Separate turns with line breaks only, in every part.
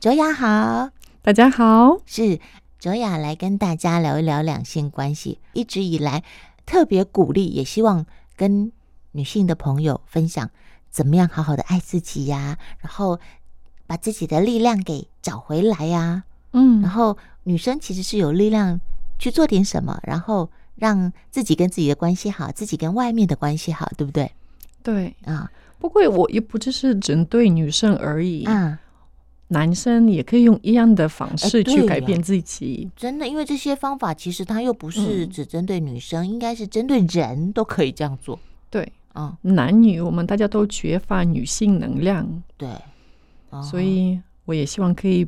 卓雅好，
大家好，
是卓雅来跟大家聊一聊两性关系。一直以来特别鼓励，也希望跟女性的朋友分享怎么样好好的爱自己呀、然后把自己的力量给找回来呀、然
嗯
后女生其实是有力量去做点什么，然后让自己跟自己的关系好，自己跟外面的关系好，对不对？
对。
啊
不过我也不只是针对女生而已，
啊，
男生也可以用一样的方式
哎对
去改
呀
变自己。
真的，因为这些方法其实它又不是
嗯
只针对女生，应该是针对人都可以这样做。
对，
啊，
男女我们大家都缺乏女性能量，
对，啊
所以我也希望可以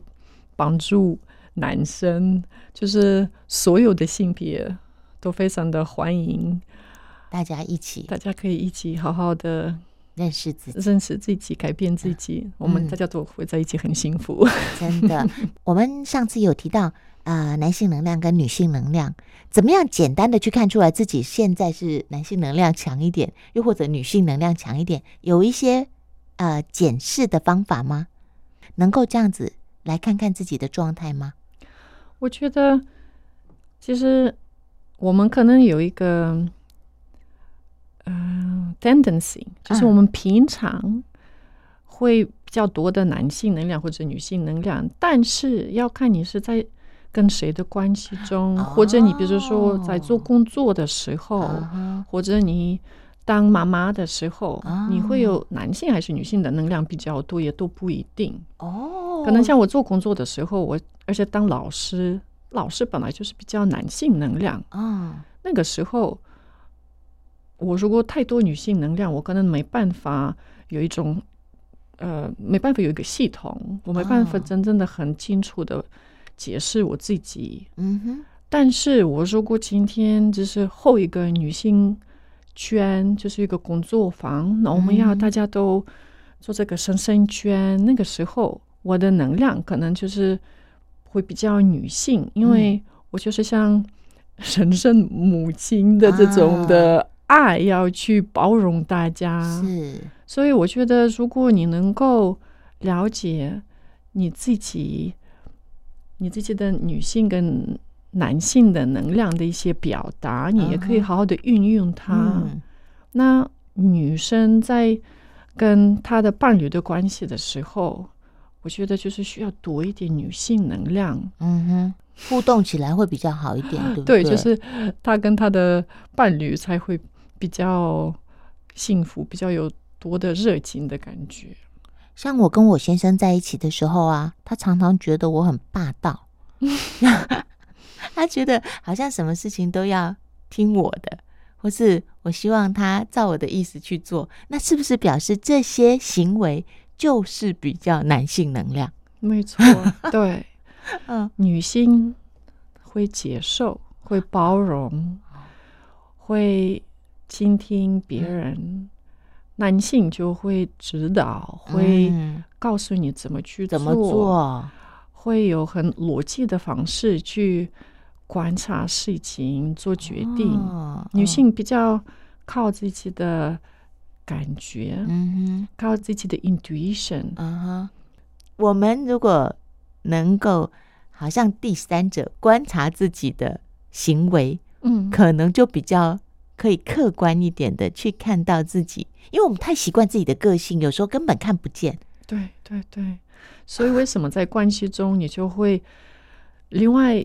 帮助男生，就是所有的性别都非常的欢
嗯
迎，
大家一起
大家可以一起好好的
认识自己。
认识自己，改变自己，我们
嗯
大家都会在一起很幸福。
真的， 我们上次有提到，呃，男性能量跟女性能量，怎么样简单的去看出来自己现在是男性能量强一点，又或者女性能量强一点，有一些呃检视的方法吗？能够这样子来看看自己的状态吗？
我觉得，其实我们可能有一个，嗯、t e n d e n c y 就是
嗯
我们平常会比较多的男性能量或者女性能量，但是要看你是在跟谁的关系中，或者你比如说在做
哦
工作的时候，
啊
或者你。当妈妈的时候，你会
哦
有男性还是女性的能量比较多，也都不一定。
哈哦，
可能像我做工作的时候，我而且当老师，老师本来就是比较男性能量，
啊，
那个时候我如果太多女性能量，我可能没办法有一种呃，没办法有一个系统，我没办法
哦
真正的很清楚的解释我自己。
嗯哼，
但是我如果今天就是后一个女性圈，就是一个工作坊，那我们要
嗯
大家都做这个生生圈，那个时候我的能量可能就是会比较女性，因为我就是像 神圣母亲的这种的爱，要去包容大家。
是
所以我觉得，如果你能够了解你自己、你自己的女性跟男性的能量的一些表达，你也可以
嗯哼
好好的运用它。
嗯
那女生在跟她的伴侣的关系的时候，我觉得就是需要多一点女性能量。
嗯哼，互动起来会比较好一点，对不
啊对，
对？
就是他跟他的伴侣才会比较幸福，比较有多的热情的感觉。
像我跟我先生在一起的时候啊，他常常觉得我很霸道，他觉得好像什么事情都要听我的，或是我希望他照我的意思去做，那是不是表示这些行为就是比较男性能量？
没 错，对，
嗯
女性会接受，会包容，
哦
会倾听别
嗯
人；男性就会指导，会
嗯
告诉你怎么去
怎么做？
会有很逻辑的方式去观察事情、做决定。
哦
女，性比较靠自己的感觉，
嗯
靠自己的 intuition，、
哼，啊哈，我们如果能够好像第三者观察自己的行为，
嗯
可能就比较可以客观一点的去看到自己，因为我们太习惯自己的个性，有时候根本看不见。
对对对，所以为什么在关系中你就会另外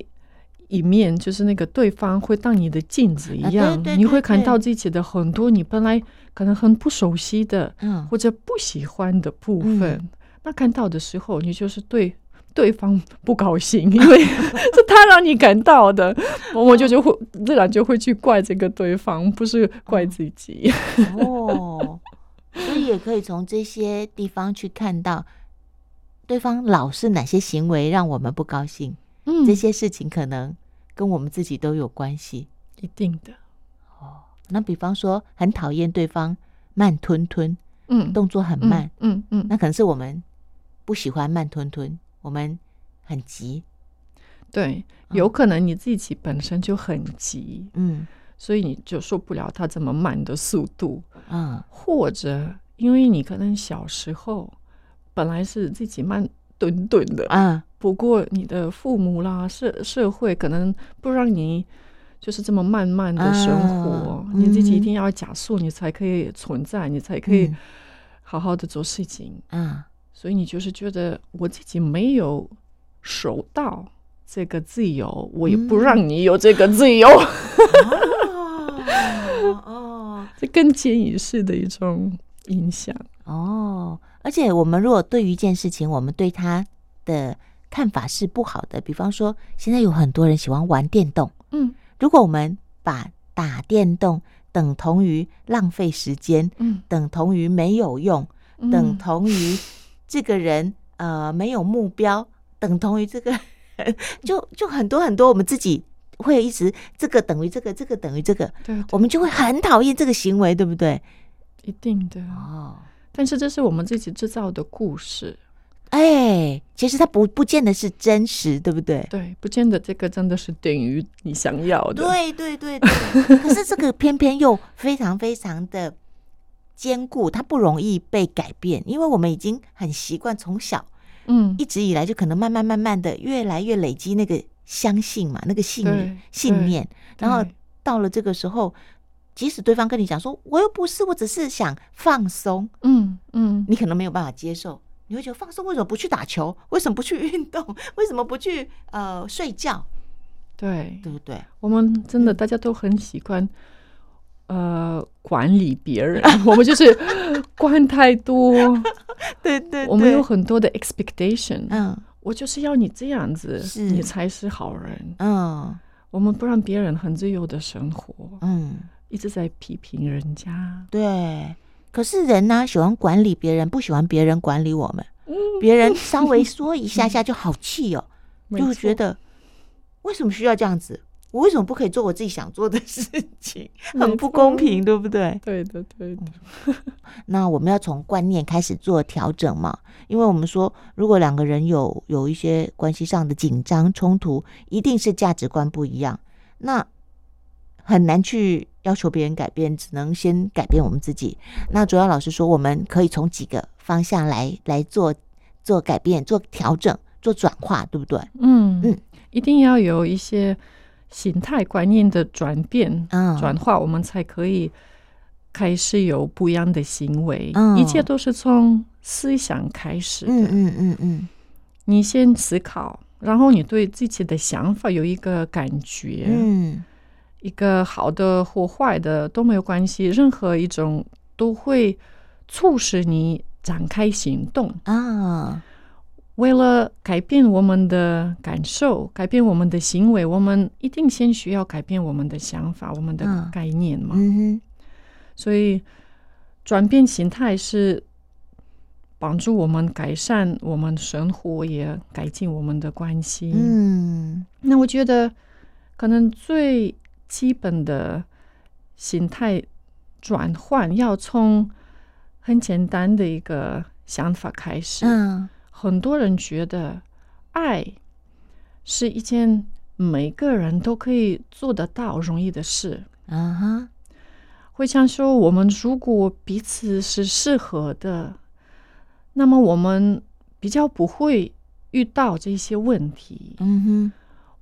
一面，就是那个对方会当你的镜子一
啊对
样，
对
你
对
会看
对
到自己的很多你本来可能很不熟悉的
嗯，
或者不喜欢的部
嗯
分。那看到的时候，你就是对。对方不高兴，因 为是他让你感到的，我我就就会自然就会去怪这个对方，不是怪自己。
哦，所以也可以从这些地方去看到对方老是哪些行为让我们不高兴，
嗯
这些事情可能跟我们自己都有关系。
一定的，
那比方说，很讨厌对方慢吞吞，
嗯，
动作很慢，
嗯，嗯嗯，
那可能是我们不喜欢慢吞吞，我们很急。
对，
嗯
有可能你自己本身就很急，
嗯
所以你就受不了他这么慢的速度，
嗯
或者因为你可能小时候本来是自己慢顿顿的。
啊，
不过你的父母啦，社社会可能不让你就是这么慢慢的生活
啊，
你自己一
嗯
定要加速，你才可以存在，你才可以
嗯
好好的做事情。
啊，
所以你就是觉得我自己没有守到这个自由，我也不
嗯
让你有这个自由，
哦哦
这更潜意识的一种影响。
哦，而且我们如果对于一件事情，我们对它的看法是不好的，比方说现在有很多人喜欢玩电动，
嗯
如果我们把打电动等同于浪费时间，
嗯，
等同于没有用，等
嗯
同于这个人呃没有目标，等同于这个 人就就很多很多我们自己会一直这个等于这个，这个等于这个，
对，对
我们就会很讨厌这个行为，对不对？
一定的。
哦，
但是这是我们自己制造的故事，
哎，其实它不不见得是真实，对不对？
对，不见得这个真的是等于你想要的。
对对对对， 可是这个偏偏又非常非常的坚固，它不容易被改变，因为我们已经很习惯从小
嗯，
一直以来就可能慢慢慢慢的越来越累积那个相信嘛，那个信
对
信
对
念，然后
对
到了这个时候，即使对方跟你讲说我又不是，我只是想放松，
嗯嗯，
你可能没有办法接受，你会觉得放松为什么不去打球？为什么不去运动？ 为什么不去呃睡觉？
对，
对不对？
我们真
嗯
的大家都很喜欢，呃，管理别人， 我们就是管太多，
对对
我们有很多的 expectation，、
嗯
我就是要你这样子，
是
你才是好人，
嗯
我们不让别人很自由的生活，
嗯，
一直在批评人家，
对。可是人呢、喜欢管理别人，不喜欢别人管理我们。
嗯
别人稍微说一下下就好气哦，
没
就会
错
觉得为什么需要这样子？我为什么不可以做我自己想做的事情？很
没
不
错
公平，对不对？
对的，对的，
那我们要从观念开始做调整嘛，因为我们说，如果两个人有有一些关系上的紧张冲突，一定是价值观不一样，那很难去要求别人改变，只能先改变我们自己。那主要老师说，我们可以从几个方向来来做做改变、做调整、做转化，对不对？嗯
嗯嗯，一定要有一些形态观念的转变，
嗯
转化，我们才可以开始有不一样的行为。
嗯
一切都是从思想开始的。
嗯嗯嗯嗯
你先思考，然后你对自己的想法有一个感觉，
嗯
一个好的或坏的都没有关系，任何一种都会促使你展开行动。
啊，
为了改变我们的感受，改变我们的行为，我们一定先需要改变我们的想法、我们
嗯
的概念嘛。
嗯
所以，转变形态是帮助我们改善我们生活，也改进我们的关系。
哼，嗯
那我觉得，可能最基本的形态转换要从很简单的一个想法开始。
嗯
很多人觉得爱是一件每个人都可以做得到容易的事，
啊哈，
会像说我们如果彼此是适合的，那么我们比较不会遇到这些问题。
嗯哼。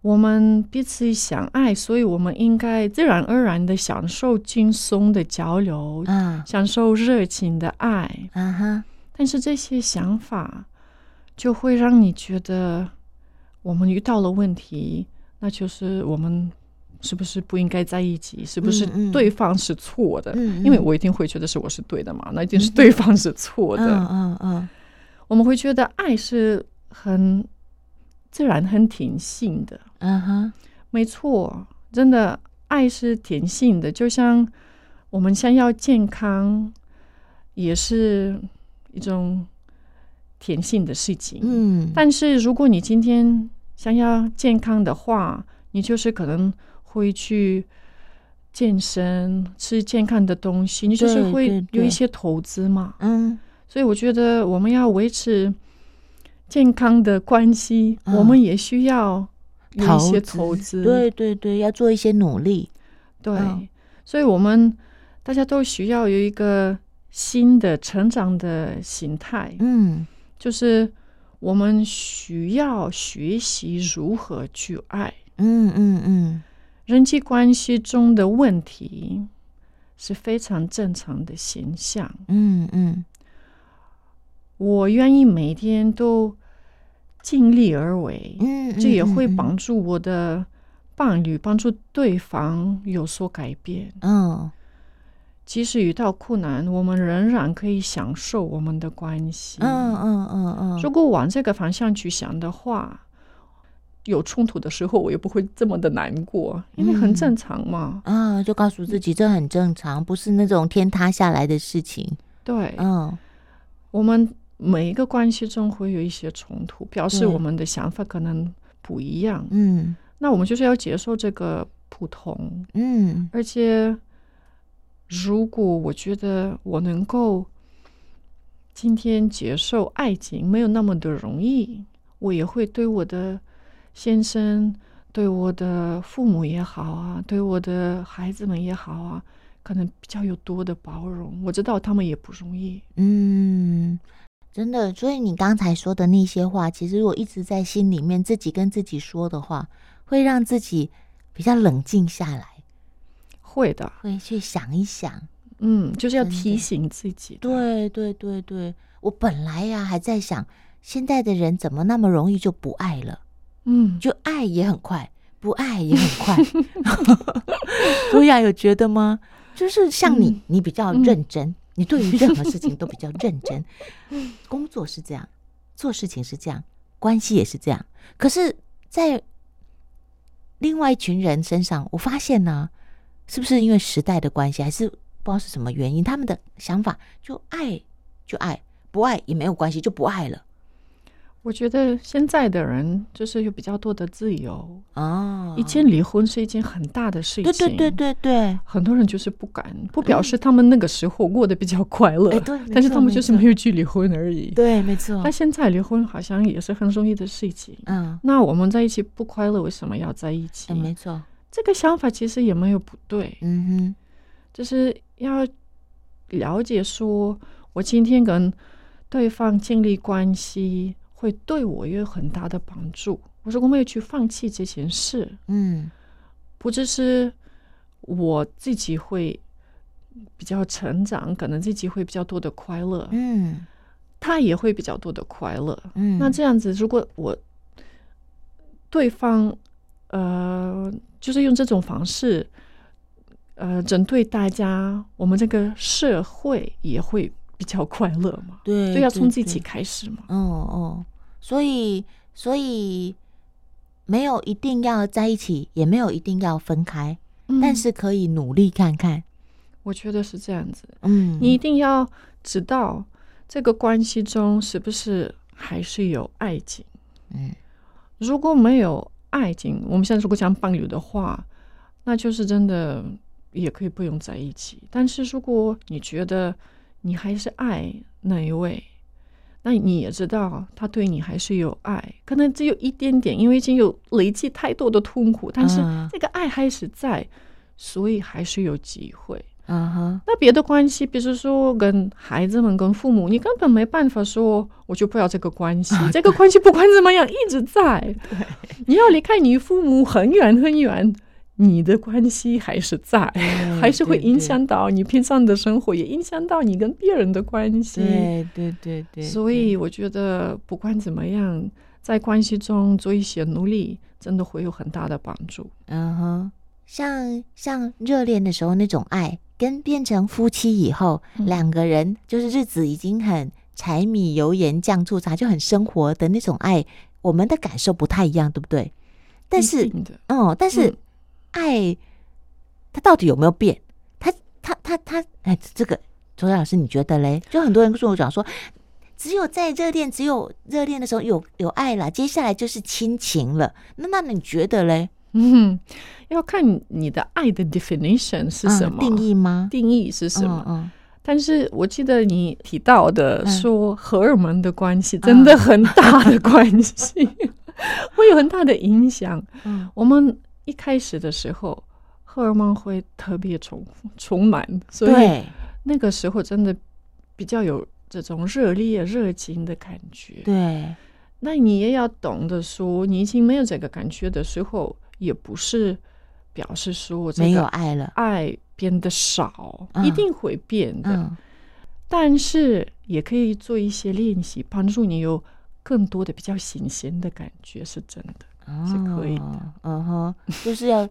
我们彼此相爱，所以我们应该自然而然的享受轻松的交流，
啊
享受热情的爱。
啊哈，
但是这些想法就会让你觉得，我们遇到了问题，那就是我们是不是不应该在一起？是不是
嗯嗯
对方是错的？
嗯
呃因为
嗯
我一定会觉得是我是对的嘛，那一定是对方是错的。
嗯嗯嗯
我们会觉得爱是很自然、很天性的，
嗯哼，
没错，真的爱是天性的，就像我们想要健康，也是一种天性的事情。
嗯，
但是如果你今天想要健康的话，你就是可能会去健身，吃健康的东西，你就是
对对
会
对
有一些投资嘛。
嗯
所以我觉得我们要维持健康的关系，
嗯
我们也需要有一些投资。
对对对，要做一些努力，
对
嗯
所以我们大家都需要有一个新的成长的形态，
嗯
就是我们需要学习如何去爱。
嗯嗯嗯，
人际关系中的问题是非常正常的现象。
嗯嗯，
我愿意每天都尽力而为，
嗯，
这也会
嗯，
帮助我的伴侣，帮助对方有所改变。
嗯
即使遇到困难，我们仍然可以享受我们的关系。
嗯嗯嗯嗯，
如果往这个方向去想的话，有冲突的时候，我也不会这么的难过，因为很
嗯
正常嘛。
啊，就告诉自己这很正常，不是那种天塌下来的事情。
对，
嗯
我们每一个关系中会有一些冲突，表示
对
我们的想法可能不一样。
嗯
那我们就是要接受这个不同，
嗯
而且如果我觉得我能够今天接受爱情没有那么的容易，我也会对我的先生、对我的父母也好啊，对我的孩子们也好啊，可能比较有多的包容。我知道他们也不容易，
嗯，真的。所以你刚才说的那些话，其实我一直在心里面自己跟自己说的话，会让自己比较冷静下来，
会的。
会去想一想。
嗯，就是要
真的
提醒自己。，
对对对对，我本来呀、还在想，现在的人怎么那么容易就不爱了。
嗯，
就爱也很快，不爱也很快。 卓雅有觉得吗？就是像你，
嗯
你比较认真，你对于任何事情都比较认真。工作是这样，做事情是这样，关系也是这样。可是，在另外一群人身上，我发现呢、是不是因为时代的关系，还是不知道是什么原因，他们的想法就爱就爱，不爱也没有关系，就不爱了。
我觉得现在的人就是有比较多的自由。
哦，
一件离婚是一件很大的事情，
对对对对对，
很多人就是不敢，不表示他们那个时候过得比较快
嗯
乐，
哎对没
但是
错
他们
没
就是
错
没有去离婚而已。
对，没错
但现在离婚好像也是很容易的事情。
嗯，
那我们在一起不快乐，为什么要在一起？
哎没错，
这个想法其实也没有不对，
嗯
就是要了解说，我今天跟对方建立关系，会对我有很大的帮助。我如果没有去放弃这件事，
哼，嗯
不只是我自己会比较成长，可能自己会比较多的快乐，
嗯
他也会比较多的快乐。
嗯，
那这样子，如果我对方呃，就是用这种方式呃针对大家，我们这个社会也会比较快乐嘛。
对
所以要从自己，
嗯
嗯
对
开始嘛。
对哦哦，所以所以没有一定要在一起，也没有一定要分开，但
嗯
是可以努力看看，
我觉得是这样子，
嗯，
你一定要知道这个关系中是不是还是有爱情。
嗯
如果没有爱情，我们现在如果讲伴侣的话，那就是真的也可以不用在一起。但是如果你觉得你还是爱那一位，那你也知道他对你还是有爱，可能只有一点点，因为已经有累积太多的痛苦，但是
嗯
这个爱还是在，所以还是有机会。
嗯哼，
那别的关系，比如说跟孩子们、跟父母，你根本没办法说我就不要这个关系，
啊
这个关系不管怎么样一直在。你要离开你父母很远很远，你的关系还是在，
对
还是会
对对
影响到你平常的生活，也影响到你跟别人的关系。
对对对对，
所以我觉得不管怎么样，在关系中做一些努力，真的会有很大的帮助。
嗯哼，像像热恋的时候那种爱，跟变成夫妻以后，
嗯
两个人就是日子已经很柴米油盐酱醋茶，就很生活的那种爱，我们的感受不太一样，对不对？但
一
是，
定的，
哦，但是
嗯
爱它到底有没有变？它它它它，哎，这个周老师你觉得嘞？就很多人跟我讲说。只有在热恋，只有热恋的时候有有爱了，接下来就是亲情了。那那你觉得嘞？
嗯， 要看你的爱的 definition 是
嗯
什么、
定义吗？
定义是什么？
嗯
但是我记得你提到的
嗯
说荷尔蒙的关系真的很大的关 系，会有很大的影响。
嗯
我们一开始的时候，荷尔蒙会特别充充满，所以
对
那个时候真的比较有这种热烈热情的感觉。
对，
那你也要懂得说，你已经没有这个感觉的时候，也不是表示说这
没有
个
爱了，
爱变得少，
嗯
一定会变的。
嗯
但是也可以做一些练习，帮助你有更多的比较新鲜的感觉，是真的。是可以的
哦嗯哼，就是要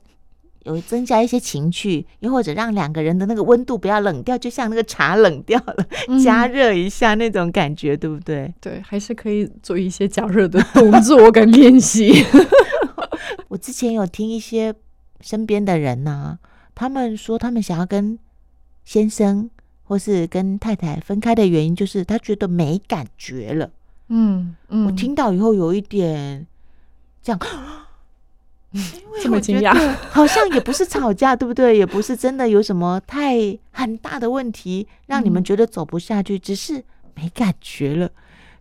有增加一些情趣，又或者让两个人的那个温度不要冷掉，就像那个茶冷掉了，加
嗯、
热一下那种感觉，对不对？
对，还是可以做一些加热的动作跟练 习。
我之前有听一些身边的人呐、他们说他们想要跟先生或是跟太太分开的原因，就是他觉得没感觉了。
嗯嗯，
我听到以后有一点这样， 因为
这么
我觉
惊讶
得 好像也不是吵架，对不对？也不是真的有什么太很大的问题，让你们
嗯
觉得走不下去，只是没感觉了。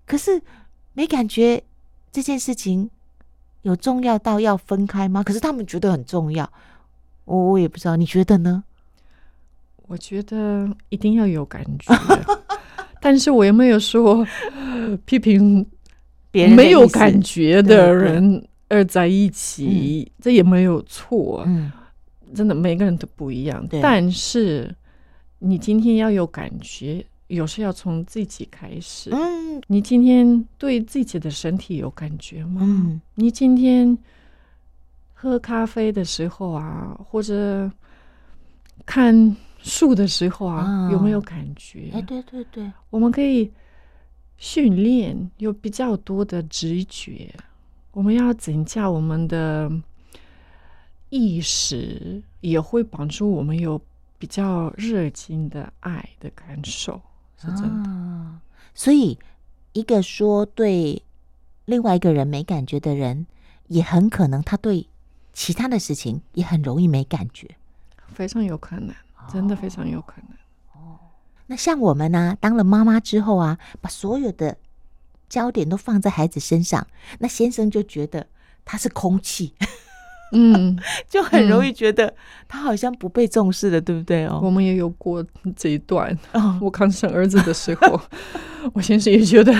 可是没感觉这件事情有重要到要分开吗？可是他们觉得很重要，我我也不知道，你觉得呢？
我觉得一定要有感觉， 但是我也没有说 呃批评
别人的
没有
意思
感，觉的人而在一起，这也没有错。
嗯
真的每个人都不一样，
对
但是你今天要有感觉，有时要从自己开始。
嗯
你今天对自己的身体有感觉吗？
嗯
你今天喝咖啡的时候啊，或者看书的时候啊，
啊
有没有感觉？
哎，对对对，
我们可以训练有比较多的直觉，我们要增加我们的意识，也会帮助我们有比较热情的爱的感受，是真的。
啊、所以，一个说对另外一个人没感觉的人，也很可能他对其他的事情也很容易没感觉。
非常有可能，真的非常有可能。
那像我们呢、当了妈妈之后啊，把所有的焦点都放在孩子身上，那先生就觉得他是空气，
嗯，
就很容易觉得他好像不被重视了，对不对
我
哦？
们也有过这一段。
哦
我刚生儿子的时候， 我先生也觉得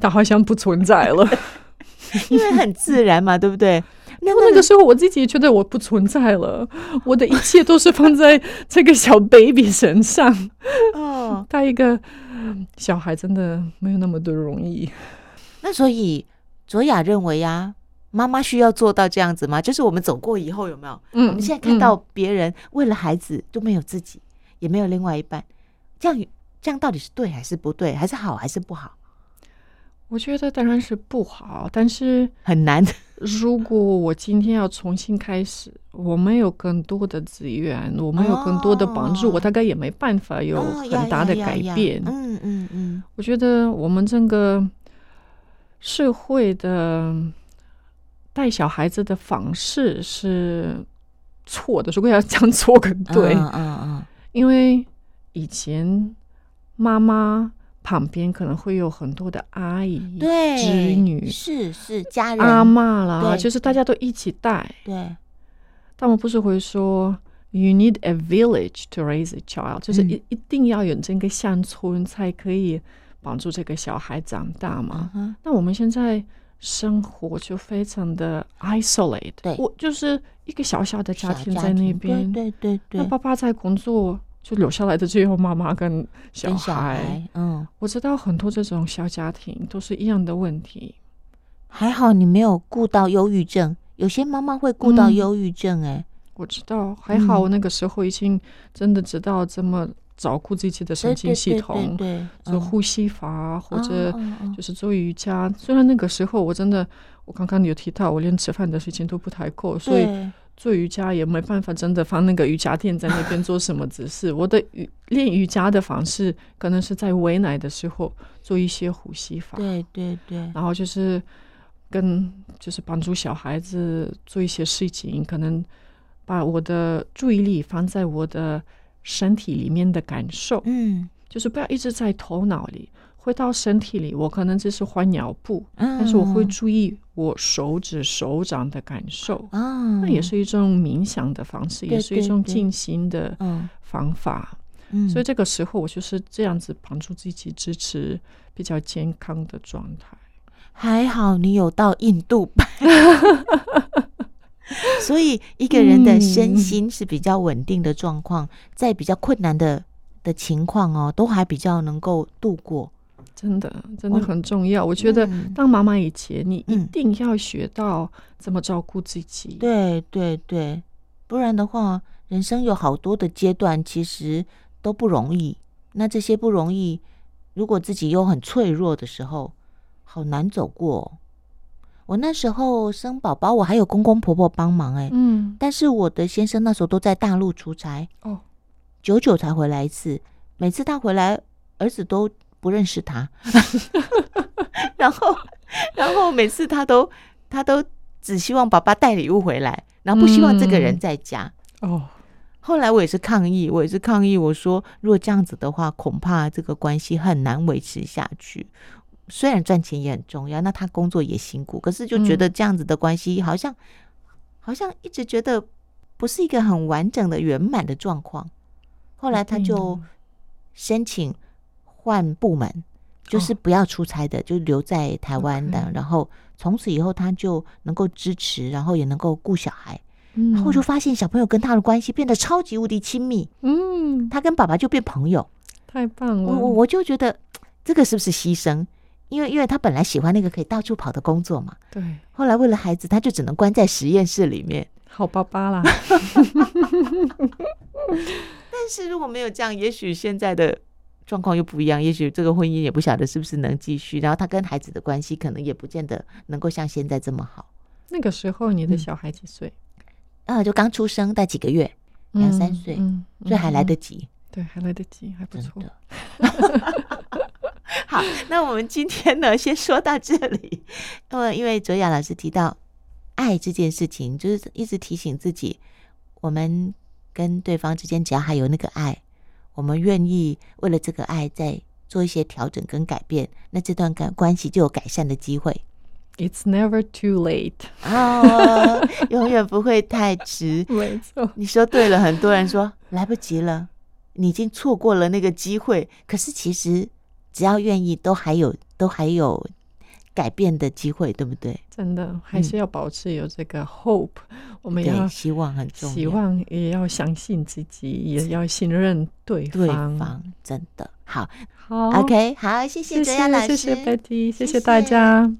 他好像不存在了。
因为很自然嘛，对不对？那
我 那个时候我自己也觉得我不存在了，我的一切都是放在这个小 baby 身上。
哦，
带一个小孩真的没有那么的容易。
那所以卓雅认为呀、妈妈需要做到这样子吗？就是我们走过以后有没有？
嗯
我们现在看到别人为了孩子都没有自己，也没有另外一半，这样这样到底是对还是不对？还是好还是不好？
我觉得当然是不好，但是
很难。
如果我今天要重新开始，我没有更多的资源，我没有更多的帮助，
哦
我大概也没办法有
哦呀
很大的
呀
改
呀
变。
嗯嗯嗯，
我觉得我们整个社会的带小孩子的方式是错的，如果要讲错更对，
嗯嗯嗯，
因为以前妈妈旁边可能会有很多的阿姨、
对，
侄女、
是是家人，
阿妈啦，
对
就是大家都一起带，
对，
他们不是会说。You need a village to raise a child，、就是
嗯
一一定要有这个乡村才可以帮助这个小孩长大嘛。
嗯哼，
那我们现在生活就非常的 isolate，
对
我就是一个小小的家
小
庭在那
庭
边，
对对对
那
对，
爸爸在工作，就留下来的只有妈妈跟小
跟小孩，嗯，
我知道很多这种小家庭都是一样的问题，
还好你没有顾到忧郁症，有些妈妈会顾到
嗯
忧郁症、哎、
我知道，还好
嗯
我那个时候已经真的知道怎么照顾自己的
对
神
对
经系
对对
统，
对，
做呼吸法啊或者
嗯嗯
就是做瑜伽。虽然那个时候我真的，我刚刚有提到，我连吃饭的时间都不太够，所以。
对
做瑜伽也没办法真的放那个瑜伽垫在那边做什么姿势。我的瑜练瑜伽的方式，可能是在喂奶的时候做一些呼吸法，
对对对，
然后就是跟就是帮助小孩子做一些事情，可能把我的注意力放在我的身体里面的感受，
嗯
就是不要一直在头脑里，回到身体里。我可能只是换尿布，
嗯，
但是我会注意我手指手掌的感受。
啊，
那也是一种冥想的方式，
对
也是一
对
种
对
静心的
嗯
方法。
嗯，
所以这个时候，我就是这样子帮助自己支持比较健康的状态。
还好你有到印 度拜，所以一个人的身
嗯
心是比较稳定的状况，在比较困难的的情况哦，都还比较能够度过。
真的真
我
的很重要。我觉得
嗯
当妈妈以前，你一
嗯
定要学到怎么照顾自己。
对对对，不然的话，人生有好多的阶段其实都不容易。那这些不容易，如果自己又很脆弱的时候，好难走过哦、我那时候生宝宝，我还有公公婆婆帮忙哎、
嗯，
但是我的先生那时候都在大陆出差，
哦，
久久才回来一次。每次他回来，儿子都不认识他， 然后，然后每次他都他都只希望爸爸带礼物回来，然后不希望这个人
嗯
在家。
哦，
后来我也是抗议，我也是抗议，我说如果这样子的话，恐怕这个关系很难维持下去。虽然赚钱也很重要，那他工作也辛苦，可是就
嗯
觉得这样子的关系好像、好像一直觉得不是一个很完整的圆满的状况。后来他
对
就
呢
申请换部门，就是不要出差的，就留在台湾的。
哦 OK
然后从此以后，他就能够支持，然后也能够顾小孩。
嗯
然后我就发现小朋友跟他的关系变得超级无敌亲密，
嗯，
他跟爸爸就变朋友。
太棒了，
我我我就觉得这个是不是牺牲？因为因为他本来喜欢那个可以到处跑的工作嘛，
对，
后来为了孩子，他就只能关在实验室里面。
好爸 爸啦，
但是如果没有这样，也许现在的状况又不一样，也许这个婚姻也不晓得是不是能继续，然后他跟孩子的关系可能也不见得能够像现在这么好。
那个时候你的
嗯
小孩几岁？
啊，就刚出生带几个月，两三
嗯
岁
嗯，
所以还来
嗯
得，及。
对，还来得及，还不
真
错
的。 好，那我们今天呢，先说到这里。呃，因为卓雅老师提到爱这件事情，就是一直提醒自己，我们跟对方之间只要还有那个爱，我们愿意为了这个爱再做一些调整跟改变，那这段感关系就有改善的机会。
It's never too late，
哦，永远不会太迟。
没错，
你说对了，很多人说来不及了，你已经错过了那个机会。可是其实只要愿意，都还有都还有改变的机会，对不对？
真的还是要保持有这个 hope，我们
对，
要
希望很重要。
希望也要相信自己，也要信任对
对
方。
方真的好
好
o k 好，谢
谢
哲雅老
谢
师，
谢 Betty，谢
谢谢
谢大家，